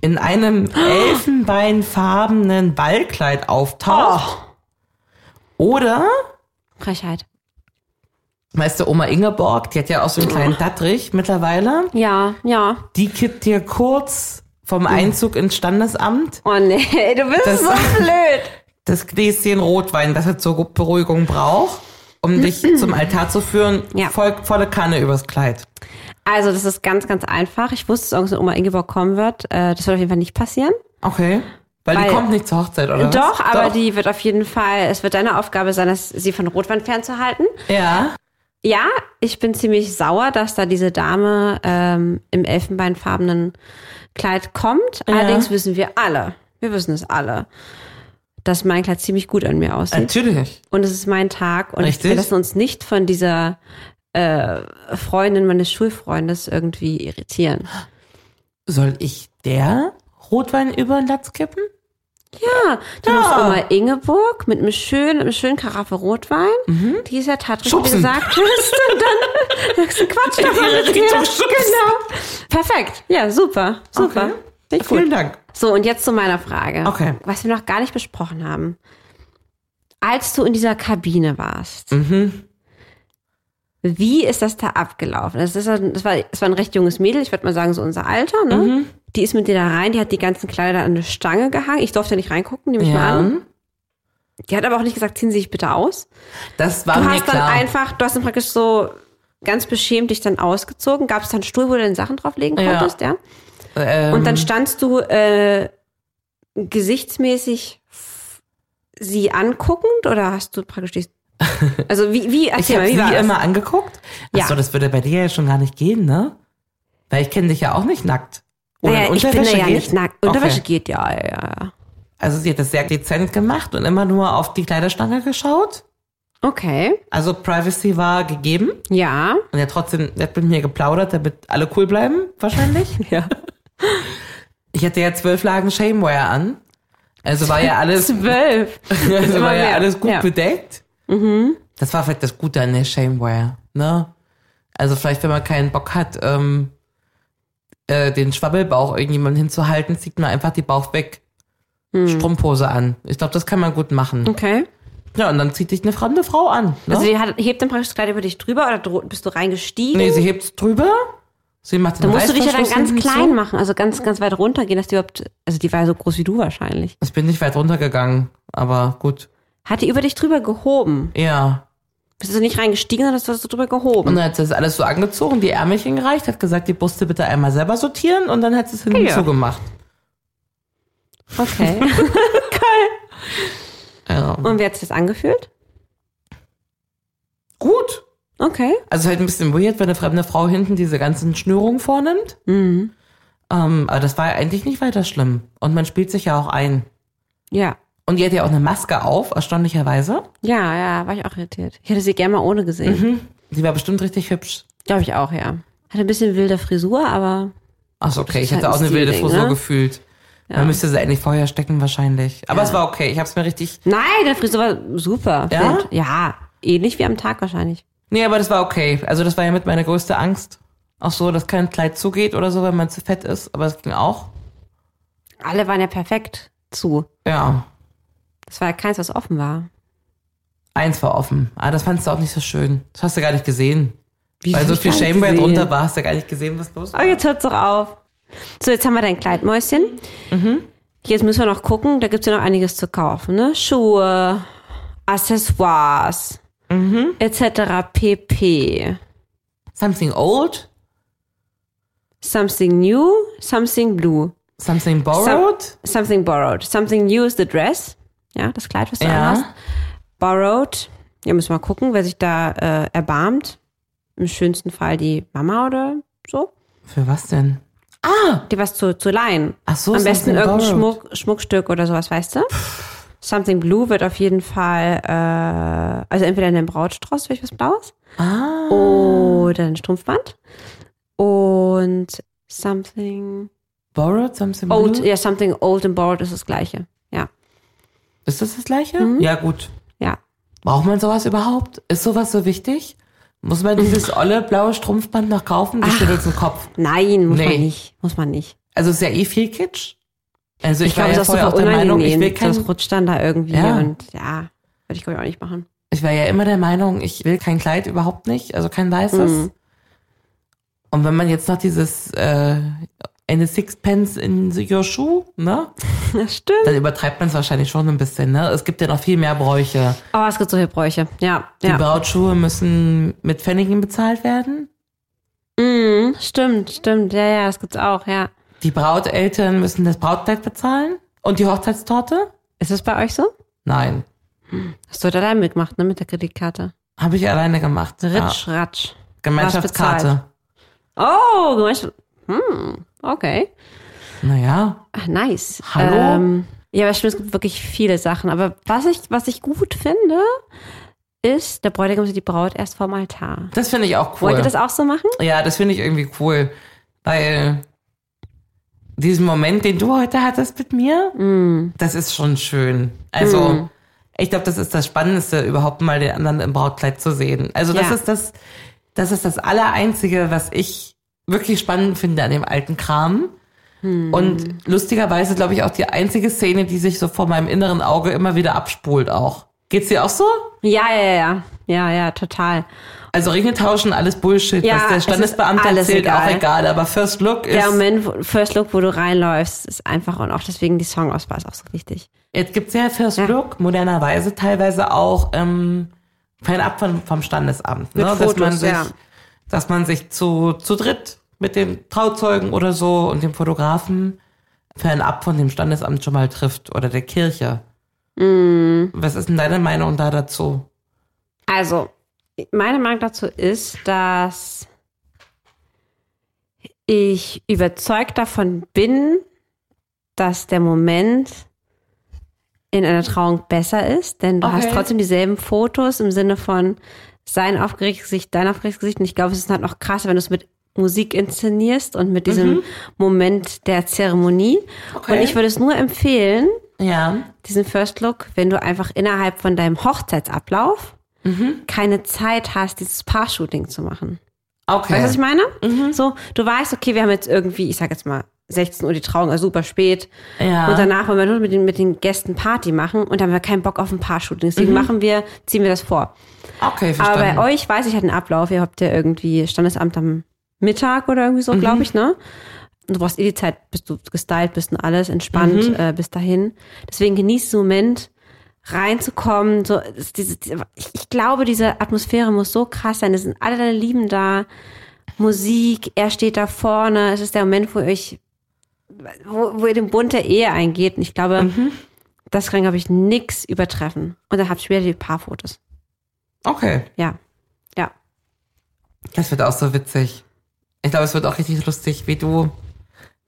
Speaker 3: in einem elfenbeinfarbenen Ballkleid auftaucht. Oder,
Speaker 2: Frechheit.
Speaker 3: weißt du, Oma Ingeborg, die hat ja auch so einen kleinen Dattrich mittlerweile,
Speaker 2: Ja, ja.
Speaker 3: die kippt dir kurz vom Einzug ins Standesamt
Speaker 2: Oh nee, du bist
Speaker 3: Das-
Speaker 2: so blöd.
Speaker 3: das Gläschen Rotwein, das er zur Beruhigung braucht, um dich zum Altar zu führen,
Speaker 2: Ja.
Speaker 3: voll, volle Kanne übers Kleid.
Speaker 2: Also, das ist ganz, ganz einfach. Ich wusste, dass irgendeine Oma Ingeborg kommen wird. Äh, das wird auf jeden Fall nicht passieren.
Speaker 3: Okay. Weil,
Speaker 2: Weil-
Speaker 3: die kommt nicht zur Hochzeit, oder? was?
Speaker 2: Doch, aber die wird auf jeden Fall, es wird deine Aufgabe sein, dass sie von Rotwein fernzuhalten.
Speaker 3: Ja.
Speaker 2: Ja, ich bin ziemlich sauer, dass da diese Dame ähm, im elfenbeinfarbenen Kleid kommt. Allerdings wissen wir alle, wir wissen es alle, dass mein Kleid ziemlich gut an mir aussieht.
Speaker 3: Natürlich.
Speaker 2: Und es ist mein Tag und
Speaker 3: Äh. Richtig.
Speaker 2: wir lassen uns nicht von dieser äh, Freundin meines Schulfreundes irgendwie irritieren.
Speaker 3: Ah. Soll ich der Rotwein über den Latz kippen?
Speaker 2: Ja, du nimmst Oma Ingeborg mit einem schönen, mit einem schönen Karaffe Rotwein. Die ist ja tatsächlich, wie du
Speaker 3: Mhm. Schubsen.
Speaker 2: gesagt hast. Und dann sagst du Quatsch doch mal mit dir.
Speaker 3: Richtung schubsen.
Speaker 2: Genau. Perfekt. Ja, super. Super. Finde ich
Speaker 3: Vielen
Speaker 2: gut.
Speaker 3: Dank.
Speaker 2: So, und jetzt zu meiner Frage.
Speaker 3: Okay.
Speaker 2: Was wir noch gar nicht besprochen haben. Als du in dieser Kabine warst,
Speaker 3: Mhm.
Speaker 2: wie ist das da abgelaufen? Es ist ein- es war, es war ein recht junges Mädel, ich würde mal sagen, so unser Alter, ne?
Speaker 3: Mhm.
Speaker 2: Die ist mit dir da rein, die hat die ganzen Kleider an eine Stange gehangen. Ich durfte nicht reingucken, nehme ich mal an. Die hat aber auch nicht gesagt, ziehen Sie sich bitte aus.
Speaker 3: Das war
Speaker 2: Du
Speaker 3: mir
Speaker 2: hast dann
Speaker 3: klar.
Speaker 2: einfach, du hast dann praktisch so ganz beschämt dich dann ausgezogen. Gab es dann einen Stuhl, wo du deine Sachen drauflegen
Speaker 3: Ja.
Speaker 2: konntest, ja?
Speaker 3: ähm,
Speaker 2: Und dann standst du äh, gesichtsmäßig f- sie anguckend oder hast du praktisch die. Also wie, wie
Speaker 3: ich
Speaker 2: erzähl
Speaker 3: habe
Speaker 2: mal, wie
Speaker 3: sie
Speaker 2: war das?
Speaker 3: immer angeguckt.
Speaker 2: Ja.
Speaker 3: Achso, das würde bei dir ja schon gar nicht gehen, ne? Weil ich kenne dich ja auch nicht nackt. Oder
Speaker 2: naja,
Speaker 3: in
Speaker 2: ich bin da
Speaker 3: Unterwäsche
Speaker 2: ja
Speaker 3: geht?
Speaker 2: nicht nackt. Unterwäsche
Speaker 3: Okay.
Speaker 2: geht ja, ja, ja.
Speaker 3: Also sie hat das sehr dezent gemacht und immer nur auf die Kleiderstange geschaut.
Speaker 2: Okay,
Speaker 3: Also Privacy war gegeben.
Speaker 2: ja.
Speaker 3: Und er hat trotzdem, er hat mit mir geplaudert, damit alle cool bleiben, wahrscheinlich.
Speaker 2: Ja.
Speaker 3: Ich hatte ja zwölf Lagen Shameware an. Also war ja alles,
Speaker 2: Zwölf.
Speaker 3: also
Speaker 2: immer
Speaker 3: war ja
Speaker 2: mehr.
Speaker 3: alles gut
Speaker 2: Ja. Mhm.
Speaker 3: bedeckt. Das war vielleicht das Gute an der Shameware, ne? Also vielleicht, wenn man keinen Bock hat, ähm, äh, den Schwabbelbauch irgendjemandem hinzuhalten, zieht man einfach die Bauchweg
Speaker 2: Mhm.
Speaker 3: Strumpfhose an. Ich glaube, das kann man gut machen.
Speaker 2: Okay.
Speaker 3: Ja, und dann zieht dich eine fremde Frau an. Ne?
Speaker 2: Also die hat, hebt dann praktisch das Kleid über dich drüber oder dro- bist du reingestiegen?
Speaker 3: nee, sie hebt's drüber. Sie macht
Speaker 2: da
Speaker 3: den
Speaker 2: musst du dich ja dann
Speaker 3: Reißverschluss
Speaker 2: ganz
Speaker 3: hinten zu.
Speaker 2: klein machen, also ganz, ganz weit runtergehen, dass die überhaupt, also die war ja so groß wie du wahrscheinlich.
Speaker 3: Ich bin nicht weit runtergegangen, aber gut.
Speaker 2: Hat die über dich drüber gehoben?
Speaker 3: Ja.
Speaker 2: Bist du nicht reingestiegen, sondern hast du drüber
Speaker 3: Und
Speaker 2: gehoben?
Speaker 3: dann hat sie das alles so angezogen, die Ärmelchen gereicht, hat gesagt, die Brüste bitte einmal selber sortieren und dann hat sie es hinten
Speaker 2: Ja.
Speaker 3: zugemacht.
Speaker 2: Okay.
Speaker 3: Ja.
Speaker 2: Und wie hat sich das angefühlt?
Speaker 3: Gut.
Speaker 2: Okay.
Speaker 3: Also halt ein bisschen weird, wenn eine fremde Frau hinten diese ganzen Schnürungen vornimmt.
Speaker 2: Mhm.
Speaker 3: Ähm, aber das war ja eigentlich nicht weiter schlimm. Und man spielt sich ja auch ein.
Speaker 2: Ja.
Speaker 3: Und die hat ja auch eine Maske auf, erstaunlicherweise.
Speaker 2: Ja, ja, war ich auch irritiert. Ich hätte sie gerne mal ohne gesehen.
Speaker 3: Die war bestimmt richtig hübsch.
Speaker 2: Glaube ich auch, ja. Hatte ein bisschen wilde Frisur, aber
Speaker 3: Achso, okay,
Speaker 2: Das
Speaker 3: ich
Speaker 2: ist halt
Speaker 3: hatte auch
Speaker 2: ein
Speaker 3: eine wilde
Speaker 2: Stil-Ding,
Speaker 3: Frisur
Speaker 2: ne?
Speaker 3: gefühlt. Man müsste sie eigentlich vorher stecken wahrscheinlich. Aber es war okay, ich habe es mir richtig
Speaker 2: nein, der Frisur war super.
Speaker 3: Ja?
Speaker 2: Fett. Ja, ähnlich wie am Tag wahrscheinlich.
Speaker 3: Nee, aber das war okay. Also das war ja mit meine größte Angst. Auch so, dass kein Kleid zugeht oder so, weil man zu fett ist. Aber es ging auch.
Speaker 2: Alle waren ja perfekt zu.
Speaker 3: Ja,
Speaker 2: Das war ja keins, was offen war.
Speaker 3: eins war offen. Ah, das fandst du auch nicht so schön. Das hast du gar nicht gesehen.
Speaker 2: Wie
Speaker 3: weil so viel
Speaker 2: hab ich gar nicht
Speaker 3: Shameware
Speaker 2: gesehen?
Speaker 3: drunter war, hast du gar nicht gesehen, was los war.
Speaker 2: Oh, jetzt hört's doch auf. So, jetzt haben wir dein Kleidmäuschen. Jetzt müssen wir noch gucken, da gibt's ja noch einiges zu kaufen, ne? Schuhe, Accessoires, etc. pp.
Speaker 3: Something old,
Speaker 2: Something new, something blue,
Speaker 3: something borrowed.
Speaker 2: something borrowed. Something new is the dress. Ja, das Kleid, was du
Speaker 3: Ja.
Speaker 2: anhast. Borrowed. Ja, müssen wir mal gucken, wer sich da äh, erbarmt. Im schönsten Fall die Mama oder so.
Speaker 3: Für was denn?
Speaker 2: dir was zu, zu leihen.
Speaker 3: Ach so,
Speaker 2: Am
Speaker 3: something
Speaker 2: besten irgendein
Speaker 3: borrowed.
Speaker 2: Schmuck, Schmuckstück oder sowas, weißt du? Something Blue wird auf jeden Fall, äh, also entweder in den Brautstrauß, vielleicht was Blaues,
Speaker 3: Ah,
Speaker 2: oder ein Strumpfband. Und Something
Speaker 3: borrowed, something
Speaker 2: Old,
Speaker 3: blue.
Speaker 2: ja, Something Old and Borrowed ist das Gleiche. Ja,
Speaker 3: Ist das das gleiche? Ja, gut.
Speaker 2: ja.
Speaker 3: Braucht man sowas überhaupt? Ist sowas so wichtig? Muss man dieses olle blaue Strumpfband noch kaufen? Du schüttelst den Kopf.
Speaker 2: Nein, muss
Speaker 3: Nee.
Speaker 2: man nicht. Muss man nicht.
Speaker 3: Also ist ja eh viel Kitsch. Also ich,
Speaker 2: ich glaube,
Speaker 3: war ja
Speaker 2: das ist
Speaker 3: vorher
Speaker 2: super
Speaker 3: auch der Meinung, ich
Speaker 2: unangenehm.
Speaker 3: will kein
Speaker 2: das rutscht dann da irgendwie
Speaker 3: Ja.
Speaker 2: und ja, würde ich glaube ich auch nicht machen.
Speaker 3: Ich war ja immer der Meinung, ich will kein Kleid überhaupt nicht, also kein weißes.
Speaker 2: Mhm.
Speaker 3: Und wenn man jetzt noch dieses äh, eine Sixpence in your shoe, ne?
Speaker 2: Das stimmt.
Speaker 3: Dann übertreibt man es wahrscheinlich schon ein bisschen, ne? Es gibt ja noch viel mehr Bräuche.
Speaker 2: Aber es gibt so viele Bräuche. Ja,
Speaker 3: Die
Speaker 2: ja.
Speaker 3: Brautschuhe müssen mit Pfennigen bezahlt werden.
Speaker 2: Mhm, stimmt, stimmt. Ja, ja, das gibt's auch, ja.
Speaker 3: Die Brauteltern müssen das Brautkleid bezahlen. Und die Hochzeitstorte?
Speaker 2: Ist das bei euch so?
Speaker 3: Nein.
Speaker 2: Hast du da allein mitgemacht, ne, mit der Kreditkarte?
Speaker 3: Habe ich alleine gemacht.
Speaker 2: Ritsch,
Speaker 3: Ja.
Speaker 2: ratsch. Was
Speaker 3: Gemeinschaftskarte.
Speaker 2: Oh, Gemeinschaft. Hm, okay.
Speaker 3: Naja.
Speaker 2: Ach, nice.
Speaker 3: Hallo?
Speaker 2: Ähm, ja, aber stimmt, es gibt wirklich viele Sachen. Aber was ich, was ich gut finde, ist, der Bräutigam sieht die Braut erst vorm Altar.
Speaker 3: Das finde ich auch cool.
Speaker 2: Wollt ihr das auch so machen?
Speaker 3: Ja, das finde ich irgendwie cool, weil diesen Moment, den du heute hattest mit mir, das ist schon schön. Also,
Speaker 2: Mm.
Speaker 3: ich glaube, das ist das Spannendste, überhaupt mal den anderen im Brautkleid zu sehen. Also, das
Speaker 2: Ja.
Speaker 3: ist das, das ist das Allereinzige, was ich wirklich spannend finde an dem alten Kram.
Speaker 2: Hm.
Speaker 3: Und lustigerweise, glaube ich, auch die einzige Szene, die sich so vor meinem inneren Auge immer wieder abspult auch. Geht's dir auch so?
Speaker 2: Ja, ja, ja. Ja, ja, total.
Speaker 3: Also Ringe tauschen, alles Bullshit.
Speaker 2: Ja,
Speaker 3: was der
Speaker 2: es ist
Speaker 3: Standesbeamte
Speaker 2: alles
Speaker 3: erzählt, auch
Speaker 2: egal.
Speaker 3: egal. Aber First Look ist...
Speaker 2: Der Moment, wo- First Look, wo du reinläufst, ist einfach und auch deswegen die Songauswahl ist auch so wichtig.
Speaker 3: Jetzt gibt's ja First Look, modernerweise teilweise auch ähm, fernab von, vom Standesamt. Ne?
Speaker 2: Mit
Speaker 3: dass, man
Speaker 2: Fotos,
Speaker 3: sich,
Speaker 2: ja.
Speaker 3: dass man sich zu, zu dritt mit den Trauzeugen oder so und dem Fotografen fernab von dem Standesamt schon mal trifft oder der Kirche.
Speaker 2: Mhm.
Speaker 3: Was ist denn deine Meinung da dazu?
Speaker 2: Also, meine Meinung dazu ist, dass ich überzeugt davon bin, dass der Moment in einer Trauung besser ist, denn du hast
Speaker 3: Okay.
Speaker 2: trotzdem dieselben Fotos im Sinne von sein aufgeregtes Gesicht, dein aufgeregtes Gesicht. Und ich glaube, es ist halt noch krasser, wenn du es mit Musik inszenierst und mit diesem Moment der Zeremonie.
Speaker 3: Mhm. Okay.
Speaker 2: Und ich würde es nur empfehlen,
Speaker 3: Ja.
Speaker 2: diesen First Look, wenn du einfach innerhalb von deinem Hochzeitsablauf keine Zeit hast, dieses Paar-Shooting zu machen.
Speaker 3: Okay.
Speaker 2: Weißt du, was ich meine? So, du weißt, okay, wir haben jetzt irgendwie, ich sag jetzt mal, 16 Uhr die Trauung, also super spät.
Speaker 3: Ja.
Speaker 2: Und danach wollen wir nur mit den, mit den Gästen Party machen und dann haben wir keinen Bock auf ein Paar-Shooting. Deswegen machen wir, ziehen wir das vor.
Speaker 3: okay,
Speaker 2: Aber
Speaker 3: verstanden.
Speaker 2: bei euch weiß ich halt den Ablauf. Ihr habt ja irgendwie Standesamt am Mittag oder irgendwie so, glaube ich, ne? Und du brauchst eh die Zeit, bis du gestylt bist und alles entspannt äh, bis dahin. Deswegen genießt den Moment, reinzukommen. So, es ist diese, diese, ich, ich glaube, diese Atmosphäre muss so krass sein. Es sind alle deine Lieben da. Musik, er steht da vorne. Es ist der Moment, wo ihr euch, wo, wo ihr den Bund der Ehe eingeht. Und ich glaube, das kann, glaube ich, nix übertreffen. Und dann habt ihr wieder die Paarfotos.
Speaker 3: okay.
Speaker 2: Ja. Ja.
Speaker 3: Das wird auch so witzig. Ich glaube, es wird auch richtig lustig, wie du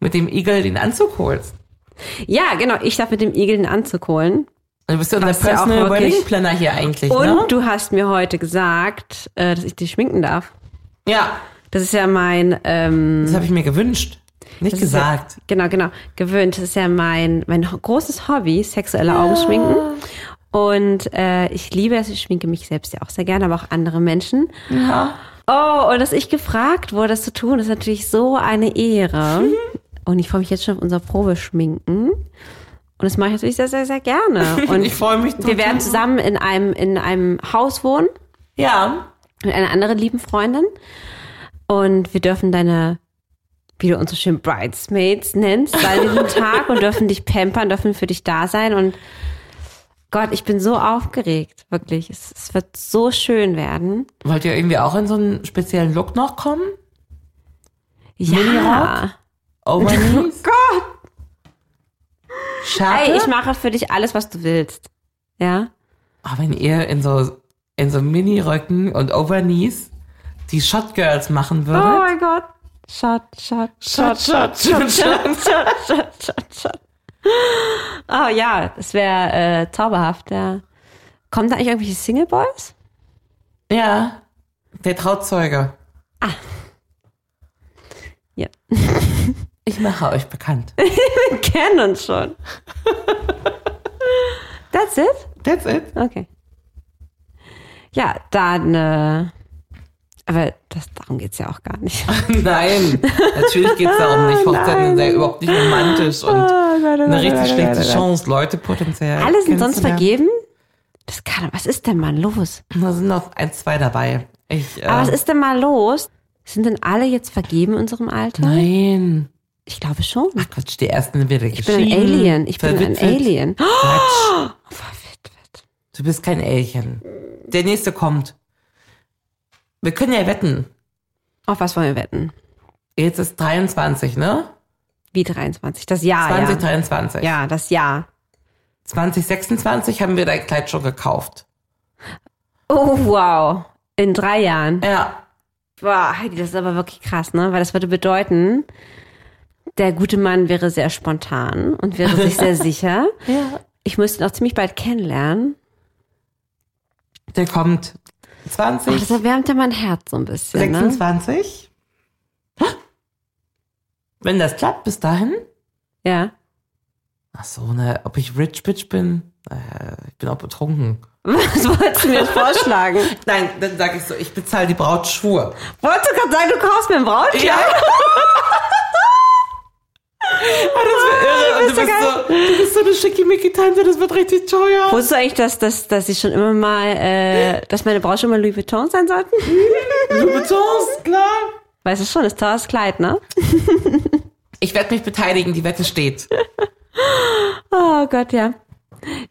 Speaker 3: mit dem Igel den Anzug holst.
Speaker 2: Ja, genau. Ich darf mit dem Igel den Anzug holen.
Speaker 3: Du Also bist ja unser
Speaker 2: Was ja auch
Speaker 3: Personal
Speaker 2: wirklich-
Speaker 3: Wedding Planner hier eigentlich,
Speaker 2: Und
Speaker 3: ne?
Speaker 2: du hast mir heute gesagt, äh, dass ich dich schminken darf.
Speaker 3: Ja,
Speaker 2: Das ist ja mein, ähm,
Speaker 3: das habe ich mir gewünscht. Nicht
Speaker 2: das ist
Speaker 3: gesagt.
Speaker 2: Ja, genau, genau. Gewöhnt. Das ist ja mein, mein ho- großes Hobby, sexuelle Augenschminken. Und äh, ich liebe es. Ich schminke mich selbst ja auch sehr gerne, aber auch andere Menschen. Oh, und dass ich gefragt wurde, das zu tun, ist natürlich so eine Ehre.
Speaker 3: Mhm.
Speaker 2: Und ich freue mich jetzt schon auf unser Probeschminken. Und das mache ich natürlich sehr, sehr, sehr gerne. Und
Speaker 3: Ich freue mich
Speaker 2: Wir werden zusammen in einem, in einem Haus wohnen
Speaker 3: Ja.
Speaker 2: mit einer anderen lieben Freundin. Und wir dürfen deine, wie du uns so schön Bridesmaids nennst, sein diesen Tag und dürfen dich pampern, dürfen für dich da sein. Und Gott, ich bin so aufgeregt, wirklich. Es, es wird so schön werden.
Speaker 3: Wollt ihr irgendwie auch in so einen speziellen Look noch kommen?
Speaker 2: Ah.
Speaker 3: Mini-Rock?
Speaker 2: Ja. Oh
Speaker 3: Overknees?
Speaker 2: Gott.
Speaker 3: Schade.
Speaker 2: Ey, ich mache für dich alles, was du willst. Ja?
Speaker 3: Aber Ah, wenn ihr in so, in so Mini-Röcken und Overknees die Shotgirls machen
Speaker 2: Oh
Speaker 3: würdet.
Speaker 2: mein Gott. Shot, shot, shot,
Speaker 3: shot, shot, shot.
Speaker 2: Oh ja, es wäre äh, zauberhaft, ja. Kommen da eigentlich irgendwelche Single Boys?
Speaker 3: Ja. Der Trauzeuge.
Speaker 2: Ja.
Speaker 3: Ich mache euch bekannt.
Speaker 2: kennen uns schon. That's it?
Speaker 3: That's it.
Speaker 2: Okay. Ja, dann äh, Aber das, darum geht's ja auch gar nicht.
Speaker 3: Nein, natürlich geht es
Speaker 2: Ah,
Speaker 3: darum nicht. Hochzeiten sind ja überhaupt nicht romantisch und
Speaker 2: oh
Speaker 3: eine richtig schlechte Chance, Leute potenziell.
Speaker 2: Alle sind sonst
Speaker 3: kennenzulernen.
Speaker 2: vergeben? Das kann, was ist denn mal los?
Speaker 3: Da sind noch ein, zwei dabei. Ich, äh,
Speaker 2: Aber was ist denn mal los? Sind denn alle jetzt vergeben in unserem Alter?
Speaker 3: Nein.
Speaker 2: Ich glaube schon.
Speaker 3: Ach Quatsch, die ersten sind wieder
Speaker 2: Ich bin ein Alien. Ich bin ein Alien. Oh,
Speaker 3: Quatsch.
Speaker 2: Verwitwet.
Speaker 3: Du bist kein Alien. Der nächste kommt. Wir können ja wetten.
Speaker 2: Auf was wollen wir wetten?
Speaker 3: Jetzt ist 23, ne?
Speaker 2: Wie 23? Das Jahr,
Speaker 3: 2023.
Speaker 2: Ah, ja. Ja, das Jahr.
Speaker 3: 2026 haben wir dein Kleid schon gekauft.
Speaker 2: Oh, wow. In drei Jahren.
Speaker 3: Ja.
Speaker 2: Boah, Heidi, das ist aber wirklich krass, ne? Weil das würde bedeuten, der gute Mann wäre sehr spontan und wäre sich sehr sicher.
Speaker 3: Ja.
Speaker 2: Ich müsste ihn auch ziemlich bald kennenlernen.
Speaker 3: Der kommt
Speaker 2: Ach, das
Speaker 3: 20,
Speaker 2: erwärmt ja mein Herz so ein bisschen. Ne?
Speaker 3: 26. Wenn das klappt, bis dahin.
Speaker 2: Ja.
Speaker 3: Ach so, ne, ob ich Rich Bitch bin? Äh, ich bin auch betrunken.
Speaker 2: Was wolltest du mir jetzt vorschlagen?
Speaker 3: Nein, dann sag ich so, ich bezahle die Braut Schuhe. Ah,
Speaker 2: Wolltest du gerade sagen, du kaufst mir ein Brautkleid?
Speaker 3: Ja.
Speaker 2: Ah, das wär irre. Und du bist
Speaker 3: so, du bist so eine Schickimicki-Tante, das wird richtig teuer.
Speaker 2: Wusstest du eigentlich, dass, dass, dass ich schon immer mal, äh, dass meine Braut schon mal Louis Vuitton sein sollten? Mhm.
Speaker 3: Betonst, klar.
Speaker 2: Weißt du schon, das teures Kleid, ne?
Speaker 3: Ich werde mich beteiligen, die Wette steht.
Speaker 2: Oh Gott, ja.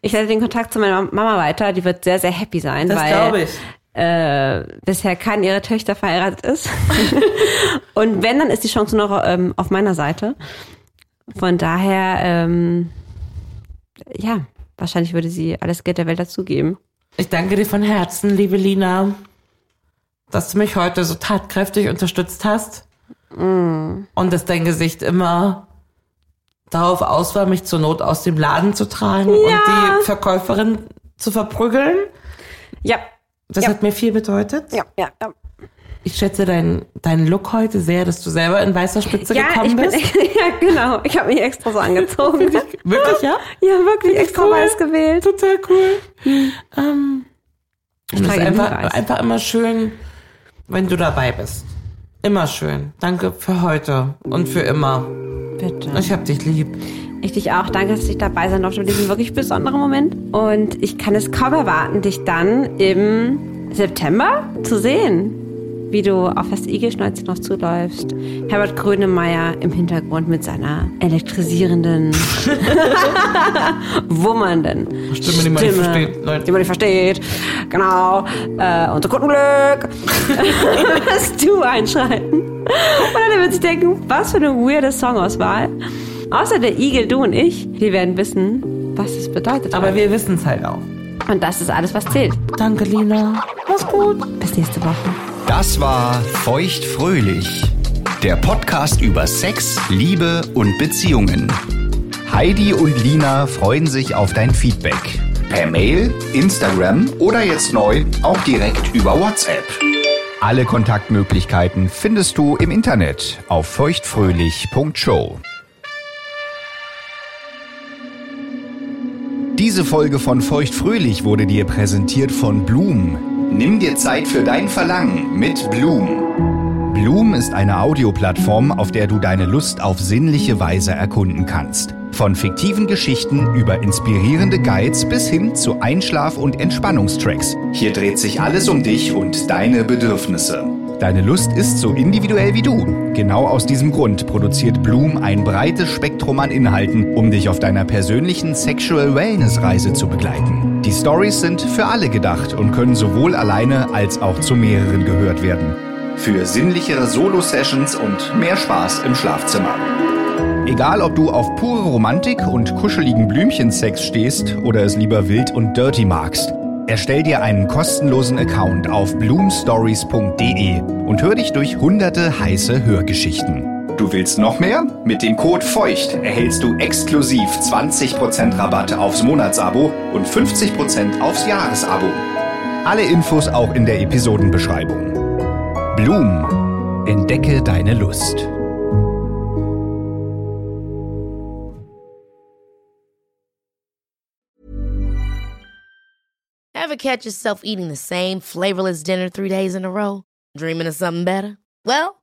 Speaker 2: Ich leite den Kontakt zu meiner Mama weiter. Die wird sehr, sehr happy sein,
Speaker 3: Das
Speaker 2: weil
Speaker 3: glaube ich.
Speaker 2: Äh, bisher keine ihrer Töchter verheiratet ist. Und wenn, dann ist die Chance noch ähm, auf meiner Seite. Von daher, ähm, ja, wahrscheinlich würde sie alles Geld der Welt dazugeben.
Speaker 3: Ich danke dir von Herzen, liebe Lina, dass du mich heute so tatkräftig unterstützt hast
Speaker 2: Mm.
Speaker 3: und dass dein Gesicht immer darauf aus war, mich zur Not aus dem Laden zu tragen und die Verkäuferin zu verprügeln.
Speaker 2: Ja,
Speaker 3: Das hat mir viel bedeutet.
Speaker 2: ja, ja. ja.
Speaker 3: Ich schätze deinen deinen Look heute sehr, dass du selber in weißer Spitze
Speaker 2: Ja,
Speaker 3: gekommen
Speaker 2: ich bin,
Speaker 3: bist.
Speaker 2: ja, genau. Ich habe mich extra so angezogen.
Speaker 3: Wirklich, ja?
Speaker 2: ja, wirklich extra
Speaker 3: cool.
Speaker 2: weiß gewählt. Hm.
Speaker 3: Total cool. Ähm, und es ist
Speaker 2: trage nie
Speaker 3: einfach,
Speaker 2: weiß.
Speaker 3: einfach immer schön, wenn du dabei bist. Immer schön. Danke für heute und für immer.
Speaker 2: Bitte.
Speaker 3: Ich hab dich lieb.
Speaker 2: Ich dich auch. Danke, dass ich dabei sein durfte in diesem wirklich besonderen Moment. Und ich kann es kaum erwarten, dich dann im September zu sehen, wie du auf das Igelschneuzchen noch zuläufst. Herbert Grönemeyer im Hintergrund mit seiner elektrisierenden, wummernden
Speaker 3: Stimme, die man nicht versteht, Leute.
Speaker 2: Die man nicht versteht. Genau. Äh, unser Kundenglück. Wirst du einschreiten. Und dann wird sich denken, was für eine weirde Songauswahl. Außer der Igel, du und ich, wir werden wissen, was es bedeutet.
Speaker 3: Aber wir wissen's halt auch.
Speaker 2: und das ist alles, was zählt.
Speaker 3: Danke, Lina. Mach's gut.
Speaker 2: Bis nächste Woche.
Speaker 1: Das war Feucht fröhlich. Der Podcast über Sex, Liebe und Beziehungen. Heidi und Lina freuen sich auf dein Feedback. Per Mail, Instagram oder jetzt neu auch direkt über WhatsApp. Alle Kontaktmöglichkeiten findest du im Internet auf feuchtfröhlich.show. Diese Folge von Feuchtfröhlich wurde dir präsentiert von Blum. Nimm dir Zeit für dein Verlangen mit Blum. Blum ist eine Audioplattform, auf der du deine Lust auf sinnliche Weise erkunden kannst. Von fiktiven Geschichten über inspirierende Guides bis hin zu Einschlaf- und Entspannungstracks. Hier dreht sich alles um dich und deine Bedürfnisse. Deine Lust ist so individuell wie du. Genau aus diesem Grund produziert Bloom ein breites Spektrum an Inhalten, um dich auf deiner persönlichen Sexual Wellness Reise zu begleiten. Die Stories sind für alle gedacht und können sowohl alleine als auch zu mehreren gehört werden. Für sinnlichere Solo-Sessions und mehr Spaß im Schlafzimmer. Egal, ob du auf pure Romantik und kuscheligen Blümchensex stehst oder es lieber wild und dirty magst, erstell dir einen kostenlosen Account auf bloomstories.de und hör dich durch hunderte heiße Hörgeschichten. Du willst noch mehr? Mit dem Code FEUCHT erhältst du exklusiv 20% Rabatt aufs Monatsabo und 50% aufs Jahresabo. Alle Infos auch in der Episodenbeschreibung. Bloom. Entdecke deine Lust.
Speaker 7: Ever catch yourself eating the same flavorless dinner three days in a row? Dreaming of something better? Well,